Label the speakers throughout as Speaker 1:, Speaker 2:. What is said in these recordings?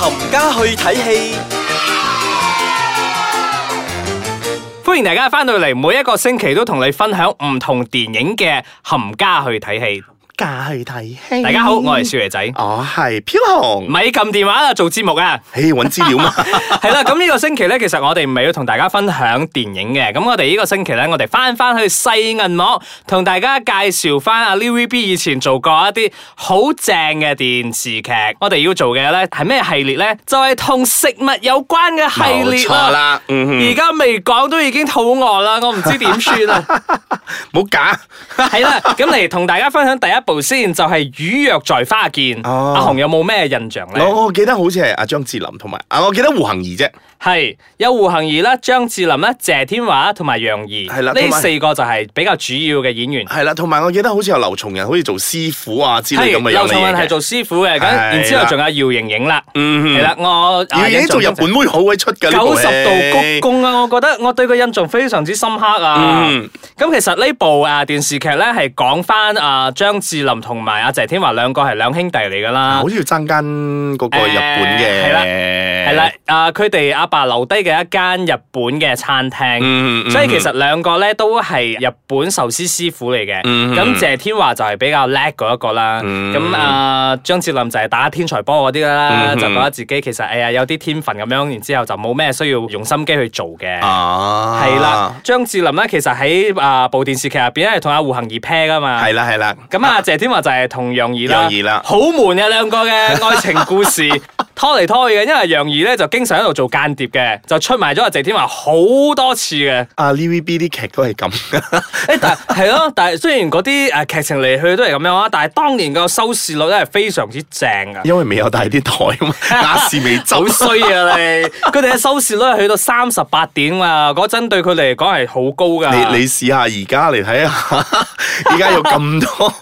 Speaker 1: 冚家去睇戲。
Speaker 2: 歡迎大家翻到嚟，每一個星期都同你分享唔同電影嘅冚家去睇戲。
Speaker 3: 家去睇戲。
Speaker 2: 大家好，我係少爺仔，
Speaker 3: 我係飄紅，
Speaker 2: 咪撳電話啦，做節目啊！
Speaker 3: 嘿，揾資 料嘛，
Speaker 2: 係啦，咁呢個星期咧，其實我哋唔係要同大家分享電影嘅，咁我哋呢個星期咧，我哋翻翻去細銀幕，同大家介紹翻阿 LVB 以前做過一啲好正嘅電視劇。我哋要做嘅咧係咩系列咧？就係、同食物有關嘅系列
Speaker 3: 冇錯啦嗯哼
Speaker 2: 而家未講都已經肚餓啦，我唔知點算 啊！
Speaker 3: 冇假。
Speaker 2: 係啦，咁嚟同大家分享第一部先，就係、魚若在花間》。
Speaker 3: 哦
Speaker 2: 阿紅有冇咩印象咧？
Speaker 3: 我我記得好似係阿張智霖同埋啊，我記得胡杏兒啫，
Speaker 2: 係有胡杏兒啦、張智霖啦、謝天華啦同埋楊怡，
Speaker 3: 係啦
Speaker 2: 呢
Speaker 3: 同埋
Speaker 2: 四個就係比較主要嘅演員。
Speaker 3: 係啦，同埋我記得好似有劉松仁，好似做師傅啊之類
Speaker 2: 係
Speaker 3: 咁嘅樣
Speaker 2: 劉松仁係
Speaker 3: 嘅嘢嘅。
Speaker 2: 做師傅嘅，咁
Speaker 3: 係啦
Speaker 2: 然之後仲有姚瑩瑩啦，
Speaker 3: 嗯
Speaker 2: 係啦，啊我
Speaker 3: 哼，已經做日本妹好鬼出㗎呢
Speaker 2: 九
Speaker 3: 部
Speaker 2: 十
Speaker 3: 戲
Speaker 2: 度鞠躬啊！我覺得我對佢印象非常之深刻啊
Speaker 3: 嗯！
Speaker 2: 咁其實呢部啊電視劇咧係講翻啊張智霖同埋阿謝天華兩個係兩兄弟嚟㗎啦
Speaker 3: 好。似要爭間嗰個日本
Speaker 2: 誒係啦
Speaker 3: 嘅，
Speaker 2: 係啦，啊佢哋阿爸留低嘅一間日本嘅餐廳，
Speaker 3: 嗯，嗯
Speaker 2: 所以其實兩個咧都係日本壽司師傅嚟嘅。咁、
Speaker 3: 嗯
Speaker 2: 謝天華就係比較叻嗰一個啦。
Speaker 3: 嗯
Speaker 2: 咁啊、張智霖就係打天才波嗰啲啦，
Speaker 3: 嗯
Speaker 2: 就覺得自己其實哎呀有啲天分咁樣，然之後就冇咩需要用心機去做嘅。
Speaker 3: 啊，
Speaker 2: 係啦，，張智霖咧其實喺啊部電視劇入邊咧係同阿胡杏兒 pair 噶嘛。
Speaker 3: 係啊啦係啦，
Speaker 2: 咁啊，謝天華就係同楊怡啦，
Speaker 3: 楊怡啦
Speaker 2: 好悶嘅兩個嘅愛情故事，拖嚟拖去嘅，因為楊怡咧就經常喺度做間諜嘅，就出賣咗阿謝天華好多次嘅。
Speaker 3: 啊 TVB 啲劇都係咁。
Speaker 2: 誒，但係 咯，但係雖然嗰啲誒劇情嚟去去都係咁樣啊，但係當年個收視率咧係非常之正噶。
Speaker 3: 因為未有大啲台啊嘛，亞視未
Speaker 2: 好
Speaker 3: 走，
Speaker 2: 衰啊你！佢哋嘅收視率係去到三十八點啊，嗰陣對佢哋嚟講係好高噶。
Speaker 3: 你你試下而家嚟睇下，而家有咁多，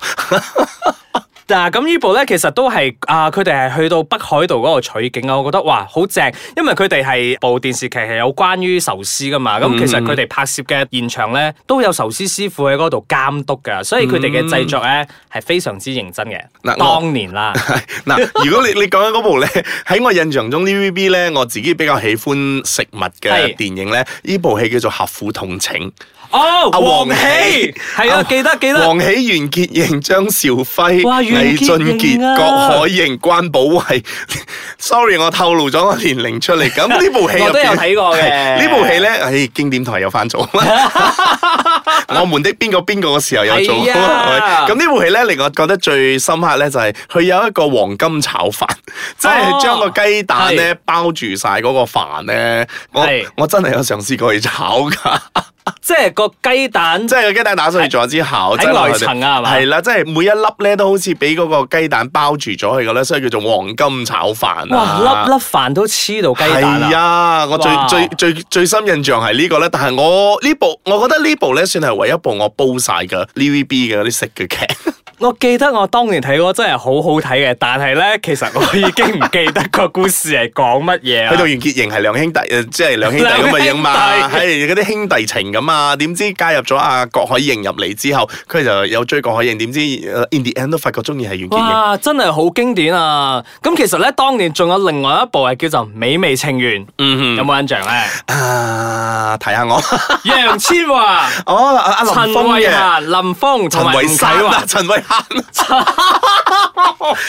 Speaker 2: 嗱，咁呢部咧其實都係啊，佢哋係去到北海道嗰度取景啊，我覺得哇好正，因為佢哋係部電視劇係有關於壽司噶嘛，咁、
Speaker 3: 嗯
Speaker 2: 其實佢哋拍攝嘅現場咧都有壽司師傅喺嗰度監督噶，所以佢哋嘅製作咧係非常之認真嘅。
Speaker 3: 嗱我
Speaker 2: 當年 啦，
Speaker 3: 嗱，如果你你講緊嗰部咧，喺我印象中 TVB 咧，我自己比較喜歡食物
Speaker 2: 係
Speaker 3: 嘅電影咧，呢部戲叫做《合府痛情》，
Speaker 2: 哦，
Speaker 3: 啊阿
Speaker 2: 王
Speaker 3: 王
Speaker 2: 喜
Speaker 3: 喜
Speaker 2: 係啊，記得記得。
Speaker 3: 黃喜、袁潔瑩、張兆
Speaker 2: 哇
Speaker 3: 輝、魏
Speaker 2: 袁潔瑩
Speaker 3: 俊傑、
Speaker 2: 啊
Speaker 3: 郭海瑩、關寶慧。Sorry，我透露咗我年齡出嚟。咁呢部戲入邊
Speaker 2: 我都有睇過嘅
Speaker 3: 係呢部戲咧，唉，經典台有翻 做。我們的邊個邊個嘅時候有做。
Speaker 2: 係啊
Speaker 3: 咁呢部戲咧，令我覺得最深刻咧，就係佢有一個黃金炒飯，
Speaker 2: 哦
Speaker 3: 即係將個雞蛋咧包住晒嗰個飯咧。我
Speaker 2: 係
Speaker 3: 我真係有嘗試過去炒㗎。
Speaker 2: 即係個雞蛋
Speaker 3: 即係個雞蛋打碎咗之後，
Speaker 2: 喺
Speaker 3: 即係落去
Speaker 2: 內層啊係嘛
Speaker 3: 係啦，即係每一粒咧都好似俾嗰個雞蛋包住咗佢嘅咧，所以叫做黃金炒飯啊
Speaker 2: 哇，粒粒飯都黐到雞蛋
Speaker 3: 係
Speaker 2: 啊！
Speaker 3: 啊！我最
Speaker 2: 哇
Speaker 3: 最最最深印象係呢個咧，但係我呢部，我覺得呢部咧算係唯一部我煲晒嘅 TVB 嘅嗰啲食嘅劇。
Speaker 2: 我記得我當年睇過真係好好睇嘅，但係咧，其實我已經唔記得個故事係講乜嘢
Speaker 3: 去到
Speaker 2: 啦。
Speaker 3: 袁潔瑩係兩兄弟，誒即係兩兄弟咁嘅影嘛，
Speaker 2: 啊兩兄
Speaker 3: 係嗰啲兄弟情咁啊。點知加入咗阿郭海瑩入嚟之後，佢就有追郭海瑩，點知誒 in the end 都發覺中意係袁潔瑩。
Speaker 2: 哇，真係好經典啊！咁其實咧，當年仲有另外一部係叫做《美味情緣》，
Speaker 3: 嗯
Speaker 2: 有冇印象 咧？
Speaker 3: 啊，睇下我。
Speaker 2: 楊千嬅、
Speaker 3: 哦，阿阿
Speaker 2: 陳
Speaker 3: 林峰
Speaker 2: 慧
Speaker 3: 嘅
Speaker 2: 嫻、林峰
Speaker 3: 陳
Speaker 2: 同埋
Speaker 3: 慧
Speaker 2: 吳
Speaker 3: 珊
Speaker 2: 啟
Speaker 3: 啊
Speaker 2: 華，，
Speaker 3: 陳慧嫻，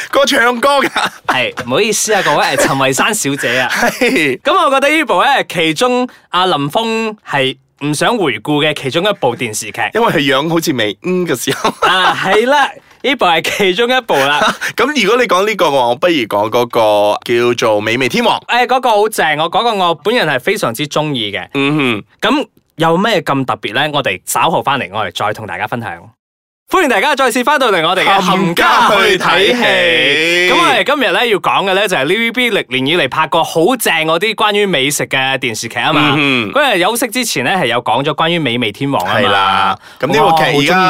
Speaker 3: 個唱歌噶，
Speaker 2: 係唔好意思啊，各位係陳慧珊小姐啊。
Speaker 3: 係
Speaker 2: 咁我覺得呢部咧，其中阿林峰係唔想回顧嘅其中一部電視劇
Speaker 3: 因為佢樣好似未嗯嘅時候。
Speaker 2: 啊，係啦，呢部係其中一部啦。
Speaker 3: 咁如果你講呢個嘅話，我不如講嗰個叫做《美味天王》。
Speaker 2: 誒嗰個好正，我嗰個我本人係非常之中意嘅。
Speaker 3: 嗯
Speaker 2: 咁有咩咁特別呢？我哋稍後翻嚟，我哋再同大家分享。歡迎大家再次翻到嚟我哋嘅
Speaker 3: 冚家去睇戲
Speaker 2: 咁我哋今日咧要講嘅咧就係 TVB 歷年以嚟拍過好正嗰啲關於美食嘅電視劇啊嘛。
Speaker 3: 嗯哼
Speaker 2: 嗰日休息之前咧係有講咗關於美味天王啊
Speaker 3: 哼，係
Speaker 2: 嘛。
Speaker 3: 啦。咁呢部劇而
Speaker 2: 哇
Speaker 3: 家
Speaker 2: 好中意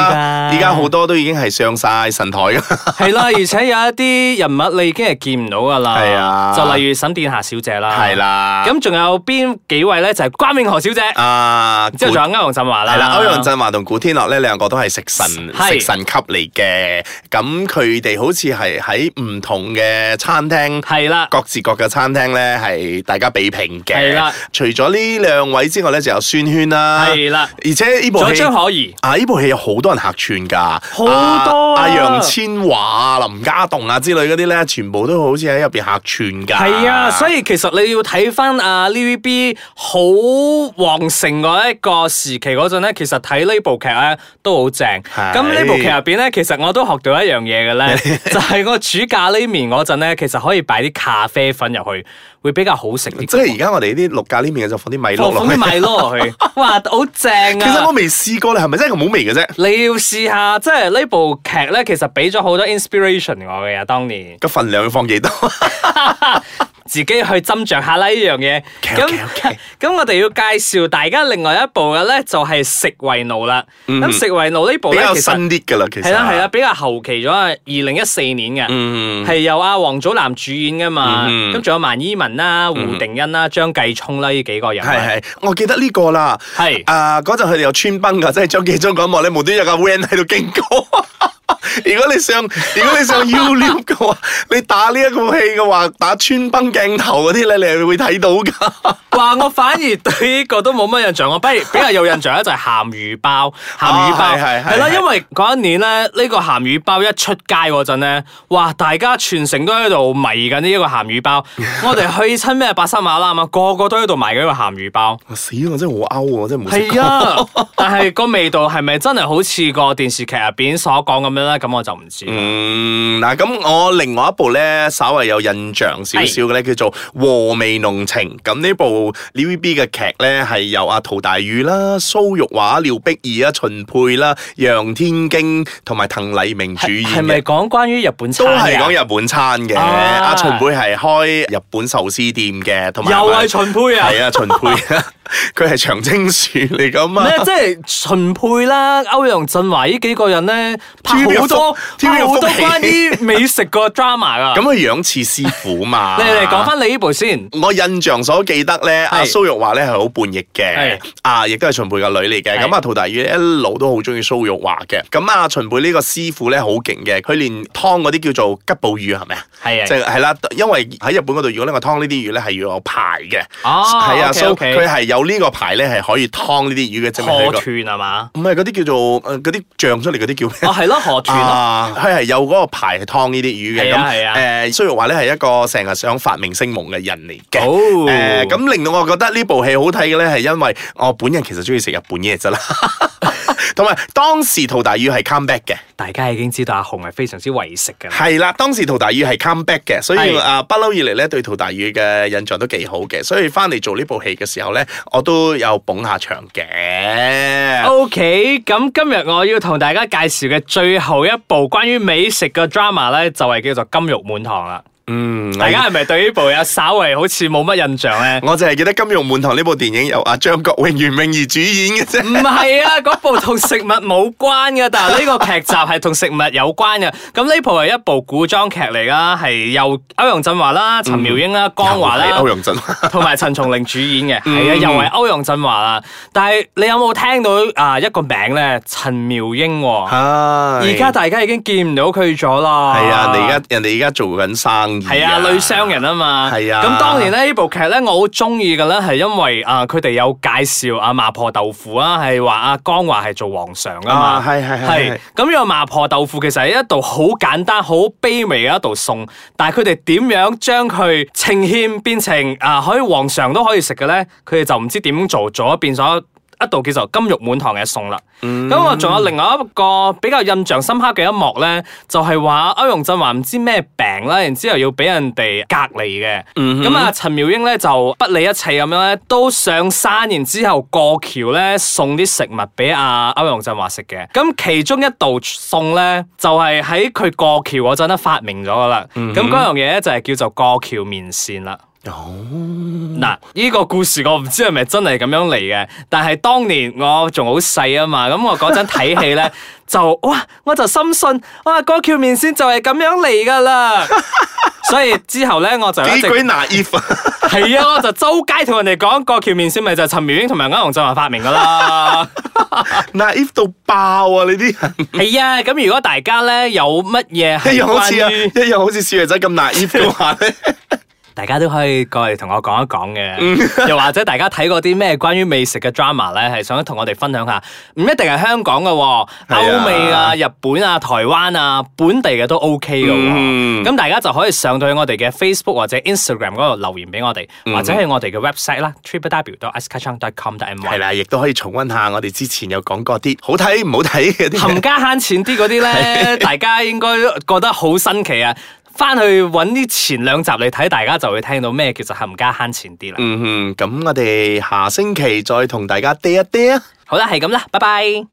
Speaker 3: 而
Speaker 2: 㗎
Speaker 3: 家好 多都已經係上晒神台㗎。
Speaker 2: 係啦，而且有一啲人物你已經係見唔到噶啦。
Speaker 3: 係啊
Speaker 2: 就例如沈殿霞小姐啦。
Speaker 3: 係。啦。
Speaker 2: 啊咁仲有邊幾位咧？就係關詠荷小姐。
Speaker 3: 啊，
Speaker 2: 之後仲有歐陽震華啦，啊
Speaker 3: 係啦，歐陽震華同古天樂呢兩個都係食神
Speaker 2: 係
Speaker 3: 食食神級嚟嘅。咁佢哋好似係喺唔同嘅餐廳，
Speaker 2: 係啦。
Speaker 3: 各自各嘅餐廳咧係大家比拼嘅。
Speaker 2: 係啦，
Speaker 3: 除咗呢兩位之外咧，就有宣萱啦，
Speaker 2: 係啦
Speaker 3: 而且呢部
Speaker 2: 仲有
Speaker 3: 戲。
Speaker 2: 張可怡，
Speaker 3: 啊！呢部戲有好多人客串㗎，
Speaker 2: 好多啊
Speaker 3: 阿楊千嬅啊、林家棟啊之類嗰啲咧，全部都好似喺入邊客串㗎。
Speaker 2: 係啊，所
Speaker 3: 以
Speaker 2: 以其實你要睇翻啊 TVB 好旺盛嗰一個時期嗰陣咧，其實睇呢部劇咧都好正。咁呢部劇入邊咧，其實我都學到一樣嘢嘅咧，就係我煮咖喱麵嗰陣咧，其實可以擺啲咖啡粉入去，會比較好食啲。
Speaker 3: 即係而家我哋啲綠咖呢面就放啲米
Speaker 2: 放
Speaker 3: 碌落
Speaker 2: 啲
Speaker 3: 去。
Speaker 2: 米咯落去，哇，好正
Speaker 3: 其實我
Speaker 2: 啊！
Speaker 3: 未試過，你係咪真係咁好味嘅啫？
Speaker 2: 你要試下，即係呢部劇咧，其實俾咗好多 inspiration 我嘅啊，當年。
Speaker 3: 個份量要放幾多？
Speaker 2: 啊
Speaker 3: 啊
Speaker 2: 自己去斟酌下啦呢樣嘢。咁
Speaker 3: OK，OK，OK
Speaker 2: 咁我哋要介紹大家另外一部嘅咧，就係《食為奴》啦。咁《食為奴》呢部
Speaker 3: 嗯比
Speaker 2: 咧，
Speaker 3: 較
Speaker 2: 其
Speaker 3: 新
Speaker 2: 實
Speaker 3: 啲㗎啦，其實
Speaker 2: 係啦係啦，，比較後期咗，二零一四年嘅。
Speaker 3: 嗯，
Speaker 2: 係由阿黃祖藍主演噶嘛，
Speaker 3: 嗯
Speaker 2: 咁仲有萬依文啦、胡定欣啦、張繼聰啦呢幾個人物，
Speaker 3: 係係，我記得呢個啦。
Speaker 2: 係
Speaker 3: 啊，嗰陣佢哋有穿崩㗎，即係張紀中嗰一幕咧，無端有架 van 喺度經過。 如果你上如果你 上 YouTube 嘅話，你打呢一部戲嘅話，打穿崩鏡頭嗰啲咧，你係會睇到㗎。
Speaker 2: 哇！我反而對呢個都冇乜印象，我不如比較有印象咧就係鹹魚包，鹹魚包
Speaker 3: 哦係係係
Speaker 2: 係啦，
Speaker 3: 係
Speaker 2: 因為嗰一年咧呢、呢個鹹魚包一出街嗰陣咧，哇！大家全城都喺度迷緊呢一個鹹 魚包，我哋去親咩白沙馬啦嘛，個個都喺度迷緊呢個鹹魚包。
Speaker 3: 哇死 啊啦！我真係好 out 喎，真係冇食
Speaker 2: 係
Speaker 3: 過。
Speaker 2: 啊， 但係個味道係咪真係好似個電視劇入邊所講咁樣咧？咁我就唔知。
Speaker 3: 嗯，嗱，咁我另外一部咧，稍為有印象少少嘅咧，叫做《和味濃情》。咁呢部 TVB 嘅劇咧，係由阿陶大宇啦、蘇玉華、廖碧兒啊、秦沛啦、楊天經同埋滕麗明主
Speaker 2: 係
Speaker 3: 演
Speaker 2: 係
Speaker 3: 嘅
Speaker 2: 咪講關於日本餐
Speaker 3: 都
Speaker 2: 㗎
Speaker 3: 係講日本餐嘅，
Speaker 2: 啊
Speaker 3: 阿秦沛係開日本壽司店嘅，同埋
Speaker 2: 又係秦沛啊
Speaker 3: 係啊秦沛，佢係長青樹嚟噶嘛。
Speaker 2: 咩？即係秦沛啦、歐陽震華呢幾個人咧，拍
Speaker 3: TVB
Speaker 2: 好多
Speaker 3: 嘅福
Speaker 2: 拍
Speaker 3: TVB 嘅
Speaker 2: 好多
Speaker 3: 福氣
Speaker 2: 關於美食個
Speaker 3: 咁
Speaker 2: drama 噶。
Speaker 3: 佢樣似師傅嘛？
Speaker 2: 你嚟講。翻你呢部先，
Speaker 3: 我印象所記得咧，阿蘇玉華咧係好叛逆嘅
Speaker 2: 係，
Speaker 3: 啊，亦都係秦沛嘅女嚟嘅。
Speaker 2: 係
Speaker 3: 咁啊，陶大宇一路都好中意蘇玉華嘅。咁啊，秦沛呢個師傅咧好勁嘅，佢連湯嗰啲叫做吉寶魚係咪啊？
Speaker 2: 係啊
Speaker 3: 即係係啦，因為喺日本嗰度，如果呢個湯呢啲魚咧係要有牌嘅，
Speaker 2: 哦
Speaker 3: 係啊，
Speaker 2: OK，
Speaker 3: 所以
Speaker 2: OK
Speaker 3: 佢係有呢個牌咧係可以湯呢啲魚嘅，證明佢
Speaker 2: 河
Speaker 3: 個
Speaker 2: 豚係嘛？
Speaker 3: 唔係嗰啲叫做呃嗰啲醬出嚟嗰啲叫咩？
Speaker 2: 哦，係咯，河豚 咯。
Speaker 3: 啊，佢係有嗰個牌係劏呢啲魚嘅。
Speaker 2: 係啊係
Speaker 3: 咁
Speaker 2: 啊
Speaker 3: 誒，雖然話咧係一個成日想發明星夢嘅人嚟嘅。
Speaker 2: 哦
Speaker 3: 誒，咁令到我覺得呢部戲好睇嘅咧，係因為我本人其實中意食日本嘢啫啦。 同埋當時陶大宇係 come back 嘅，
Speaker 2: 大家已經知道阿紅係非常之為食㗎啦。
Speaker 3: 係啦，當時陶大宇係 come back 嘅，所以
Speaker 2: 係
Speaker 3: 啊不嬲以嚟咧對陶大宇嘅印象都幾好嘅，所以翻嚟做呢部戲嘅時候咧，我都有捧下場嘅。
Speaker 2: O K，咁今日我要同大家介紹嘅最後一部關於美食嘅 drama 咧，就係叫做《金玉滿堂》啦。
Speaker 3: 嗯，
Speaker 2: 大家係咪對呢部有稍微好似冇乜印象咧？
Speaker 3: 我就係記得《金玉滿堂》呢部電影由阿張國榮、袁詠儀主演嘅啫。
Speaker 2: 唔係啊，嗰部同食物冇關嘅，但係呢個劇集係同食物有關嘅。咁呢部係一部古裝劇嚟啦，係由歐陽震華啦、陳妙英啦、江華啦
Speaker 3: 嗯又係。 歐陽嗯震華。
Speaker 2: 同埋陳松伶主演嘅，係啊，又係歐陽震華啦。但係你有冇聽到啊一個名咧？陳妙英喎，
Speaker 3: 而
Speaker 2: 而家大家已經見唔到佢咗啦。
Speaker 3: 係啊，你而家人哋而家做緊生意。
Speaker 2: 係啊，女商。人啊嘛。
Speaker 3: 係啊
Speaker 2: 咁當然咧，呢部劇咧，我好中意嘅咧，係因為啊，佢哋有介紹啊麻婆豆腐啊，係話啊江華係做皇上噶嘛
Speaker 3: 啊。係係係
Speaker 2: 係
Speaker 3: 係
Speaker 2: 咁呢個麻婆豆腐其實係一道好簡單、好卑微嘅一道餸，但係佢哋點樣將佢呈獻變成啊可以皇上都可以食嘅咧？佢哋就唔知點做，咗變咗。一道叫做金玉滿堂嘅餸啦，咁、我仲有另外一個比較印象深刻嘅一幕咧，就係話歐陽震華唔知咩病啦，然之後要俾人哋隔離嘅，咁啊、陳妙英咧就不理一切咁樣咧，都上山，然之後過橋咧送啲食物俾阿歐陽震華食嘅。咁其中一道餸咧，就係喺佢過橋嗰陣咧發明咗噶啦。咁嗰、樣嘢咧就係叫做過橋麵線啦。嗱，呢個故事我唔知係咪真係咁樣嚟嘅，但係當年我仲好細啊嘛，咁我嗰陣睇 戲咧就哇，我就深信哇，嗰條面線就係咁樣嚟 噶啦，所以之後咧我就一
Speaker 3: 幾
Speaker 2: 直
Speaker 3: 鬼 naive 啊！
Speaker 2: 係啊，我就周街同人哋講過橋面線咪就係陳妙英同埋歐陽震華發明 噶啦。
Speaker 3: naive 到爆啊！你啲人
Speaker 2: 係啊，咁如果大家咧有乜嘢
Speaker 3: 一
Speaker 2: 係
Speaker 3: 樣好似啊，
Speaker 2: 關
Speaker 3: 一
Speaker 2: 於，
Speaker 3: 樣好似少爺仔咁 naive 嘅話咧，
Speaker 2: 大家都可以過嚟同我講一講
Speaker 3: 嗯
Speaker 2: 嘅。 又或者大家睇過啲咩關於美食嘅 drama 咧，係想同我哋分享下，唔一定係香港嘅喎，
Speaker 3: 係啊
Speaker 2: 歐美啊、日本啊、台灣啊、本地嘅都 OK 嘅
Speaker 3: 嗯
Speaker 2: 喎。咁大家就可以上到去我哋嘅 Facebook 或者 Instagram 嗰度留言俾我哋，
Speaker 3: 嗯
Speaker 2: 或者係我哋嘅 website 啦 t r i p l e w d o s k a c h a n g c o m m
Speaker 3: 係啦，亦都可以重温下我哋之前有講過啲好睇唔好睇嘅 啲
Speaker 2: 冚
Speaker 3: 嘢。
Speaker 2: 家慳錢啲嗰啲咧，大家應該覺得好新奇啊！翻去揾啲前兩集嚟睇，大家就會聽到咩叫做冚家慳錢啲啦。
Speaker 3: 嗯哼，咁我哋下星期再同大家嗲一嗲啊！
Speaker 2: 好啦，係咁啦，拜拜。